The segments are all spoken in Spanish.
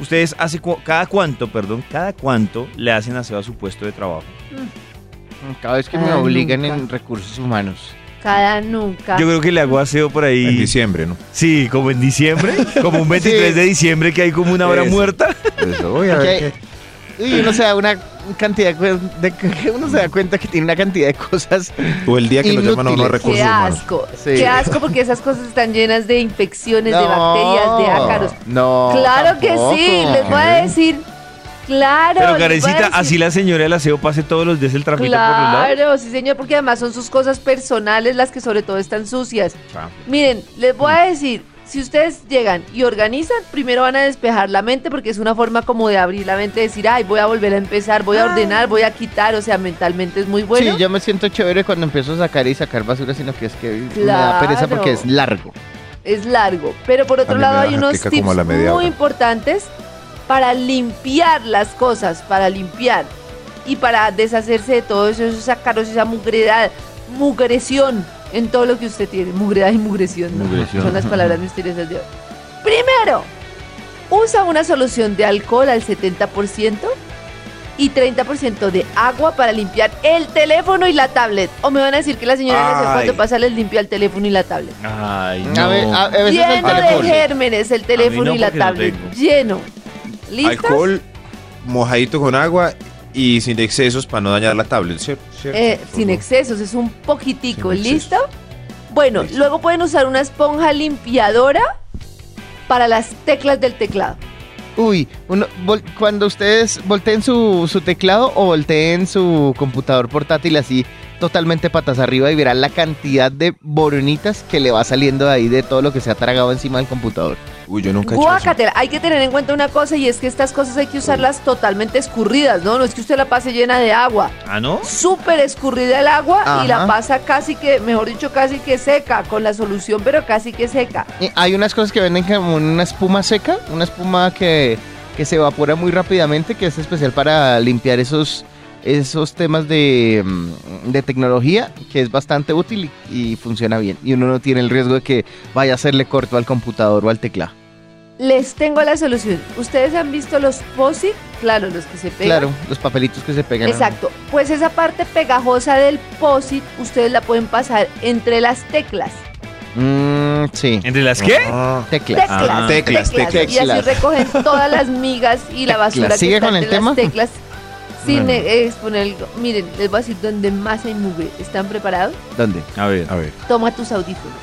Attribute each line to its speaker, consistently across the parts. Speaker 1: ¿Ustedes hace cu- cada cuánto, perdón, cada cuánto le hacen aseo a su puesto de trabajo?
Speaker 2: Cada vez que me
Speaker 3: Ah,
Speaker 2: obligan
Speaker 3: nunca.
Speaker 2: en recursos humanos.
Speaker 3: Cada nunca.
Speaker 1: Yo creo que le hago aseo por
Speaker 4: En
Speaker 1: ahí.
Speaker 4: diciembre, ¿no?
Speaker 1: Sí, como en diciembre, como un 23
Speaker 2: Sí.
Speaker 1: de diciembre que hay como una hora
Speaker 4: Eso.
Speaker 1: muerta.
Speaker 4: Eso, voy a ver
Speaker 2: Porque- Uy, uno se da una cantidad de, cu- de que uno se da cuenta que tiene una cantidad de cosas.
Speaker 4: qué- O el día que lo llaman a uno a
Speaker 2: Inútiles.
Speaker 4: recursos
Speaker 3: Qué
Speaker 4: humanos.
Speaker 3: asco.
Speaker 2: Sí.
Speaker 3: Qué asco porque esas cosas están llenas de infecciones, de
Speaker 2: No,
Speaker 3: bacterias, de ácaros.
Speaker 2: No.
Speaker 3: claro que sí,
Speaker 2: tampoco.
Speaker 3: les voy a decir. Claro.
Speaker 1: Pero
Speaker 3: les voy a
Speaker 1: Karencita,
Speaker 3: decir-
Speaker 1: así la señora del aseo pase todos los días el trapito por los lados.
Speaker 3: Claro, sí señor, porque además son sus cosas personales las que sobre todo están sucias.
Speaker 1: Ah.
Speaker 3: Miren, les voy
Speaker 1: Mm.
Speaker 3: a decir, si ustedes llegan y organizan, primero van a despejar la mente porque es una forma como de abrir la mente, decir, ay, voy a volver a empezar,
Speaker 1: Ah.
Speaker 3: voy a ordenar, voy a quitar, o sea, mentalmente es muy bueno.
Speaker 2: Sí, yo me siento chévere cuando empiezo a sacar y sacar basura, sino que es que me da pereza
Speaker 3: Claro.
Speaker 2: porque es largo.
Speaker 3: es largo. Pero por
Speaker 4: A
Speaker 3: otro
Speaker 4: mí
Speaker 3: lado
Speaker 4: me
Speaker 3: hay unos
Speaker 4: aplica
Speaker 3: tips
Speaker 4: como a la
Speaker 3: muy
Speaker 4: media hora.
Speaker 3: importantes para limpiar las cosas, para limpiar y para deshacerse de todo eso, esos ácaros, esa mugredad, mugreción en todo lo que usted tiene. Mugredad y mugreción, ¿no?
Speaker 2: Mugreción.
Speaker 3: son las palabras misteriosas de hoy. Primero, usa una solución de alcohol al 70% y 30% de agua para limpiar el teléfono y la tablet. O me van a decir que la señora no sé
Speaker 1: Ay.
Speaker 3: cuánto pasa les limpia el teléfono y la tablet.
Speaker 1: Ay,
Speaker 2: A, ve- a- a veces el
Speaker 3: Lleno de
Speaker 2: teléfono.
Speaker 3: gérmenes el teléfono
Speaker 1: no,
Speaker 3: y la
Speaker 1: porque no
Speaker 3: tablet.
Speaker 1: tengo.
Speaker 3: Lleno. ¿Listas?
Speaker 4: Alcohol mojadito con agua y sin excesos para no dañar la tablet, ¿cierto? ¿Cierto?
Speaker 3: Eh, sin
Speaker 4: Ujú.
Speaker 3: excesos, es un poquitico.
Speaker 4: Sin
Speaker 3: ¿Listo? Bueno,
Speaker 4: Listo.
Speaker 3: luego pueden usar una esponja limpiadora para las teclas del teclado.
Speaker 2: Uy, uno- vol- cuando ustedes volteen su, su teclado o volteen su computador portátil así totalmente patas arriba y verán la cantidad de boronitas que le va saliendo de ahí de todo lo que se ha tragado encima del computador.
Speaker 4: Uy, yo nunca he hecho eso.
Speaker 3: Guácatela, hay que tener en cuenta una cosa y es que estas cosas hay que usarlas totalmente escurridas, ¿no? No es que usted la pase llena de agua.
Speaker 1: ¿Ah, no?
Speaker 3: Súper escurrida el agua y la
Speaker 2: Ajá.
Speaker 3: pasa casi que, mejor dicho, casi que seca, con la solución, pero casi que seca.
Speaker 2: Y hay unas cosas que venden como una espuma seca, una espuma que, que se evapora muy rápidamente, que es especial para limpiar esos, esos temas de, mm, de tecnología, que es bastante útil y, y funciona bien. Y uno no tiene el riesgo de que vaya a hacerle corto al computador o al teclado.
Speaker 3: Les tengo la solución. ¿Ustedes han visto los posi? Claro, los que se pegan.
Speaker 2: Claro, los papelitos que se pegan. a-
Speaker 3: Exacto. Pues esa parte pegajosa del posit, ustedes la pueden pasar entre las teclas.
Speaker 2: Mm, sí,
Speaker 1: ¿Entre las qué?
Speaker 4: Ah,
Speaker 2: teclas.
Speaker 3: Teclas,
Speaker 1: Ah,
Speaker 4: teclas,
Speaker 3: Y así
Speaker 2: teclas.
Speaker 3: recogen todas las migas y la basura que
Speaker 2: ¿Sigue
Speaker 3: está
Speaker 2: con el
Speaker 3: entre
Speaker 2: tema?
Speaker 3: las teclas. Sin
Speaker 4: Bueno.
Speaker 3: eh, exponer el- Miren, les voy a decir donde más hay mugre. ¿Están preparados?
Speaker 2: ¿Dónde?
Speaker 1: A ver.
Speaker 4: A ver.
Speaker 3: Toma tus audífonos.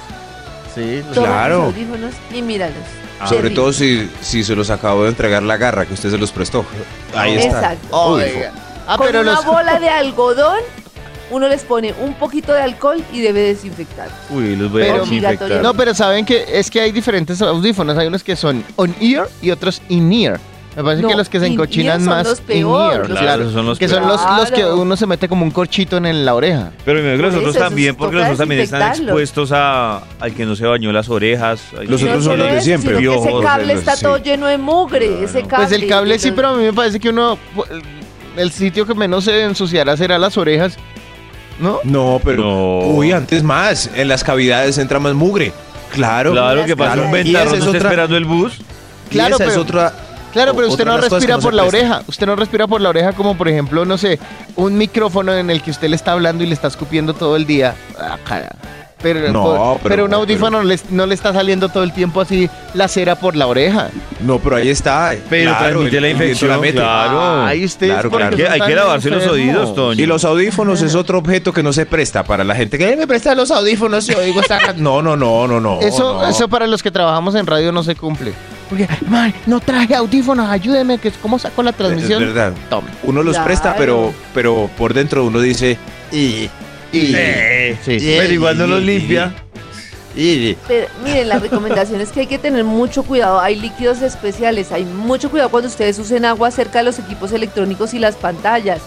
Speaker 2: Sí,
Speaker 3: Toma
Speaker 4: Claro.
Speaker 3: tus audífonos y míralos.
Speaker 1: Ah.
Speaker 4: Sobre
Speaker 3: Terrible.
Speaker 4: todo si, si se los acabó de entregar la garra que usted se los prestó. Ahí está.
Speaker 3: Exacto.
Speaker 2: Oiga. Ah,
Speaker 3: con
Speaker 2: pero
Speaker 3: una
Speaker 2: los...
Speaker 3: bola de algodón, uno les pone un poquito de alcohol y debe desinfectar.
Speaker 1: Uy, los voy a
Speaker 2: Pero-
Speaker 1: desinfectar.
Speaker 2: No, pero saben que es que hay diferentes audífonos. Hay unos que son on-ear y otros in-ear. Me parece
Speaker 3: No,
Speaker 2: que los que se
Speaker 3: in-ear
Speaker 2: encochinan
Speaker 3: son
Speaker 2: más
Speaker 3: los peor,
Speaker 2: in-ear,
Speaker 3: los
Speaker 1: Claro, esos son los
Speaker 2: que son
Speaker 1: peor.
Speaker 2: los, los que
Speaker 3: Claro.
Speaker 2: uno se mete como un corchito en el- la oreja.
Speaker 1: Pero me que los
Speaker 3: Por
Speaker 1: otros
Speaker 3: eso,
Speaker 1: también,
Speaker 3: eso
Speaker 1: porque los
Speaker 3: toca
Speaker 1: otros también están
Speaker 3: desinfectarlo.
Speaker 1: expuestos a, al que no se bañó las orejas. al
Speaker 4: Los
Speaker 1: que-
Speaker 4: otros son los de
Speaker 3: es, sino
Speaker 4: siempre.
Speaker 3: que ese
Speaker 1: Piojos,
Speaker 3: cable
Speaker 4: los-
Speaker 3: está
Speaker 4: sí.
Speaker 3: todo lleno de mugre.
Speaker 1: Claro.
Speaker 3: Ese cable.
Speaker 2: Pues el cable sí,
Speaker 3: los-
Speaker 2: pero a mí me parece que uno... El sitio que menos se ensuciará será las orejas, ¿no?
Speaker 4: No, pero.
Speaker 1: No.
Speaker 4: Uy, antes más. En las cavidades entra más mugre. Claro.
Speaker 1: Claro que pasa
Speaker 3: Claro.
Speaker 1: un
Speaker 3: Y
Speaker 1: ventarrón,
Speaker 4: esa
Speaker 1: no
Speaker 4: es
Speaker 1: está
Speaker 4: otra-
Speaker 1: esperando el bus.
Speaker 4: Y
Speaker 2: Claro,
Speaker 4: esa es
Speaker 2: pero-
Speaker 4: otra.
Speaker 2: Claro,
Speaker 4: o-
Speaker 2: pero usted
Speaker 4: otra
Speaker 2: no
Speaker 4: de las cosas que
Speaker 2: respira
Speaker 4: no se
Speaker 2: por la
Speaker 4: prestan.
Speaker 2: oreja. Usted no respira por la oreja como, por ejemplo, no sé, un micrófono en el que usted le está hablando y le está escupiendo todo el día. Ah, cara. Pero,
Speaker 4: No,
Speaker 2: por-
Speaker 4: pero-
Speaker 2: pero un
Speaker 4: no,
Speaker 2: audífono
Speaker 4: pero-
Speaker 2: no, le, no le está saliendo todo el tiempo así la cera por la oreja.
Speaker 4: No, pero ahí está.
Speaker 1: Pero
Speaker 4: Claro,
Speaker 1: transmite
Speaker 4: el-
Speaker 1: la
Speaker 4: el viento
Speaker 1: infección,
Speaker 4: mete.
Speaker 1: claro.
Speaker 2: Ay, ustedes
Speaker 4: claro,
Speaker 2: porque
Speaker 4: claro.
Speaker 2: son
Speaker 1: Hay que
Speaker 2: tan
Speaker 1: lavarse los
Speaker 2: enfermos.
Speaker 1: oídos, Toño.
Speaker 4: Y los audífonos es otro objeto que no se presta para la gente. que "Eh, me prestan los audífonos? Y oigo esta ca-". No, no, no, no, no.
Speaker 2: Eso,
Speaker 4: no.
Speaker 2: eso para los que trabajamos en radio no se cumple. Porque, man, no traje audífonos, ayúdeme, que cómo saco la transmisión.
Speaker 4: Es verdad.
Speaker 2: Tome.
Speaker 4: Uno los
Speaker 3: Claro.
Speaker 4: presta, pero, pero por dentro uno dice. "Y, y,
Speaker 1: Eh,
Speaker 2: Sí.
Speaker 1: Pero igual no los
Speaker 4: y-
Speaker 1: limpia.
Speaker 4: y".
Speaker 3: Pero, miren, las recomendaciones que hay que tener mucho cuidado. Hay líquidos especiales. Hay mucho cuidado cuando ustedes usen agua cerca de los equipos electrónicos y las pantallas.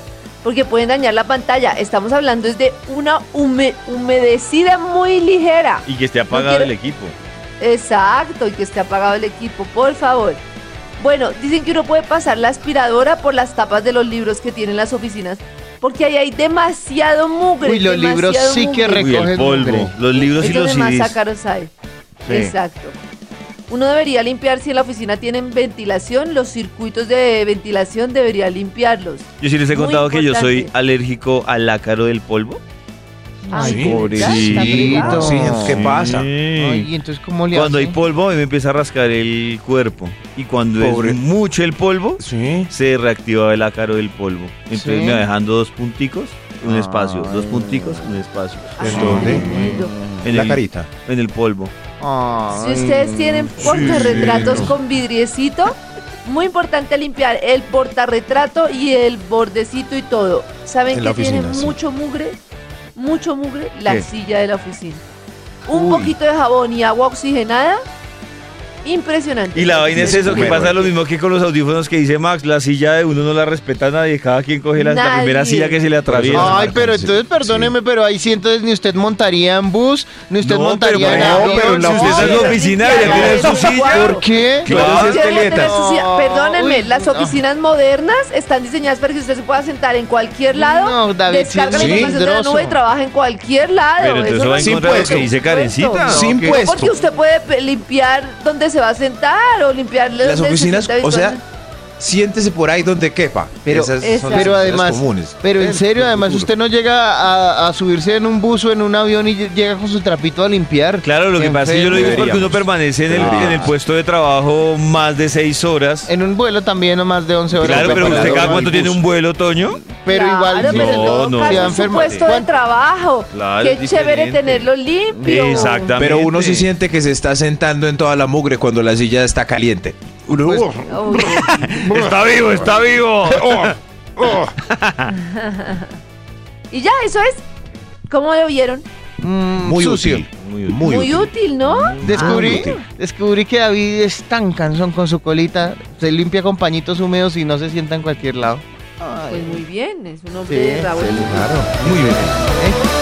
Speaker 3: Porque pueden dañar la pantalla. Estamos hablando es de una hume- humedecida muy ligera.
Speaker 1: Y que esté apagado
Speaker 3: quiero-
Speaker 1: el equipo.
Speaker 3: Exacto, y que esté apagado el equipo, por favor. Bueno, dicen que uno puede pasar la aspiradora por las tapas de los libros que tienen las oficinas, porque ahí hay demasiado mugre.
Speaker 2: Uy, los libros
Speaker 3: demasiado
Speaker 2: sí que
Speaker 1: Uy,
Speaker 3: mugre.
Speaker 1: el
Speaker 2: Recoges
Speaker 1: polvo.
Speaker 2: mugre.
Speaker 1: Los libros
Speaker 3: Es
Speaker 1: y
Speaker 3: donde
Speaker 1: los
Speaker 3: más
Speaker 1: CDs.
Speaker 3: ácaros hay.
Speaker 2: Sí.
Speaker 3: Exacto. Uno debería limpiar si en la oficina tienen ventilación, los circuitos de ventilación debería limpiarlos.
Speaker 1: Yo sí les he
Speaker 3: Muy
Speaker 1: contado que yo soy
Speaker 3: importante.
Speaker 1: alérgico al ácaro del polvo.
Speaker 3: Ay,
Speaker 4: Sí,
Speaker 3: ¿de verdad?
Speaker 4: sí,
Speaker 3: ¿Tan
Speaker 2: privado?
Speaker 4: sí, ¿qué pasa?
Speaker 2: Ay, ¿y entonces cómo le
Speaker 1: Cuando hay
Speaker 2: hace?
Speaker 1: polvo, a mí me empieza a rascar el cuerpo. Y cuando
Speaker 4: Pobre.
Speaker 1: es mucho el polvo,
Speaker 4: Sí.
Speaker 1: se reactiva el ácaro del polvo. Entonces
Speaker 2: Sí.
Speaker 1: me va dejando dos punticos, un espacio.
Speaker 2: Ay.
Speaker 1: Dos punticos, un espacio.
Speaker 3: Ay,
Speaker 4: Ah. ¿Dónde?
Speaker 3: lindo.
Speaker 1: En
Speaker 4: la
Speaker 1: el-
Speaker 4: carita.
Speaker 1: En el polvo.
Speaker 2: Ay.
Speaker 3: Si ustedes tienen portarretratos con vidriecito, muy importante limpiar el portarretrato y el bordecito y todo. ¿Saben
Speaker 4: En la
Speaker 3: que tiene
Speaker 4: oficina, sí.
Speaker 3: mucho mugre? Mucho mugre la
Speaker 4: ¿Qué?
Speaker 3: silla de la oficina. Un
Speaker 4: Uy.
Speaker 3: poquito de jabón y agua oxigenada. Impresionante.
Speaker 1: Y la vaina es eso, que
Speaker 4: Bueno,
Speaker 1: pasa
Speaker 4: es
Speaker 1: lo
Speaker 4: que-
Speaker 1: mismo que con los audífonos que dice Max, la silla de uno no la respeta nadie, cada quien coge la, la
Speaker 3: Nadie.
Speaker 1: primera silla que se le atraviesa.
Speaker 4: Ah,
Speaker 2: Ay, pero entonces perdóneme, pero ahí sí entonces ni usted montaría en bus, ni usted
Speaker 1: No, pero,
Speaker 2: montaría en
Speaker 1: no,
Speaker 2: avión.
Speaker 1: pero en la
Speaker 2: no,
Speaker 1: oficina es lo
Speaker 2: pero-
Speaker 1: oficina,
Speaker 3: debería
Speaker 1: debería tener su silla.
Speaker 2: ¿Por qué?
Speaker 4: Claro,
Speaker 3: Usted
Speaker 1: este
Speaker 4: esas
Speaker 3: debería tener
Speaker 4: peletas.
Speaker 3: su silla.
Speaker 2: No,
Speaker 3: Perdónenme,
Speaker 2: uy,
Speaker 3: las
Speaker 2: no.
Speaker 3: oficinas modernas están diseñadas para que usted se pueda sentar en cualquier lado.
Speaker 2: No, David, sí
Speaker 3: descarga la
Speaker 4: es
Speaker 3: información de la
Speaker 2: peligroso.
Speaker 3: nube y trabaja en cualquier lado.
Speaker 1: Pero entonces
Speaker 3: Eso
Speaker 1: va
Speaker 3: no
Speaker 1: a
Speaker 3: es
Speaker 4: sin
Speaker 1: encontrar lo
Speaker 4: puesto.
Speaker 1: que dice Karencita.
Speaker 3: Sin
Speaker 4: Sin
Speaker 1: ¿no? Que-
Speaker 4: puesto.
Speaker 3: Porque usted puede pe- limpiar donde se va a sentar o limpiar
Speaker 4: Las
Speaker 3: donde se
Speaker 4: oficinas,
Speaker 3: sienta
Speaker 4: o sea,
Speaker 3: visualmente.
Speaker 4: siéntese por ahí donde quepa.
Speaker 2: Pero-
Speaker 4: Esas son
Speaker 3: Exacto.
Speaker 4: las
Speaker 2: Pero
Speaker 4: medidas
Speaker 2: además,
Speaker 4: comunes.
Speaker 2: pero en
Speaker 4: Del
Speaker 2: serio, además
Speaker 4: futuro.
Speaker 2: usted no llega a, a subirse en un bus o en un avión y llega con su trapito a limpiar.
Speaker 1: Claro, lo que
Speaker 2: Qué Ah.
Speaker 1: pasa es que yo lo digo es porque
Speaker 4: Deberíamos.
Speaker 1: uno permanece en el,
Speaker 4: Deberíamos.
Speaker 1: en el puesto de trabajo más de seis horas.
Speaker 2: En un vuelo también no más de 11 horas.
Speaker 1: Claro, pero
Speaker 4: claro,
Speaker 1: usted cada
Speaker 4: claro,
Speaker 1: cuánto
Speaker 4: el
Speaker 1: tiene
Speaker 4: bus.
Speaker 1: un vuelo, Toño.
Speaker 2: Pero
Speaker 3: Claro,
Speaker 2: igual
Speaker 3: pero en
Speaker 1: No,
Speaker 3: todo
Speaker 1: no. Se
Speaker 3: caso
Speaker 2: va a
Speaker 3: es su
Speaker 2: enfermar.
Speaker 3: puesto de
Speaker 2: ¿Cuánto?
Speaker 3: trabajo.
Speaker 1: Claro,
Speaker 3: Qué
Speaker 1: es
Speaker 3: chévere
Speaker 1: diferente.
Speaker 3: tenerlo limpio.
Speaker 1: Exactamente.
Speaker 4: Pero uno sí siente que se está sentando en toda la mugre cuando la silla está caliente. Uno,
Speaker 2: Pues-
Speaker 4: "Oh,
Speaker 3: Uy,
Speaker 1: Está vivo, está vivo.
Speaker 3: Y ya, eso es. ¿Cómo lo vieron?
Speaker 2: Mm,
Speaker 4: muy
Speaker 2: sucio.
Speaker 4: útil.
Speaker 1: Muy
Speaker 4: útil.
Speaker 3: Muy,
Speaker 4: Muy
Speaker 3: útil. ¿no?
Speaker 4: Muy
Speaker 2: Descubrí,
Speaker 4: útil.
Speaker 2: descubrí que David es tan cansón con su colita, se limpia con pañitos húmedos y no se sienta en cualquier lado.
Speaker 3: Pues muy bien, es un
Speaker 2: Sí,
Speaker 3: hombre de rabo.
Speaker 4: Claro, muy bien.
Speaker 2: ¿eh?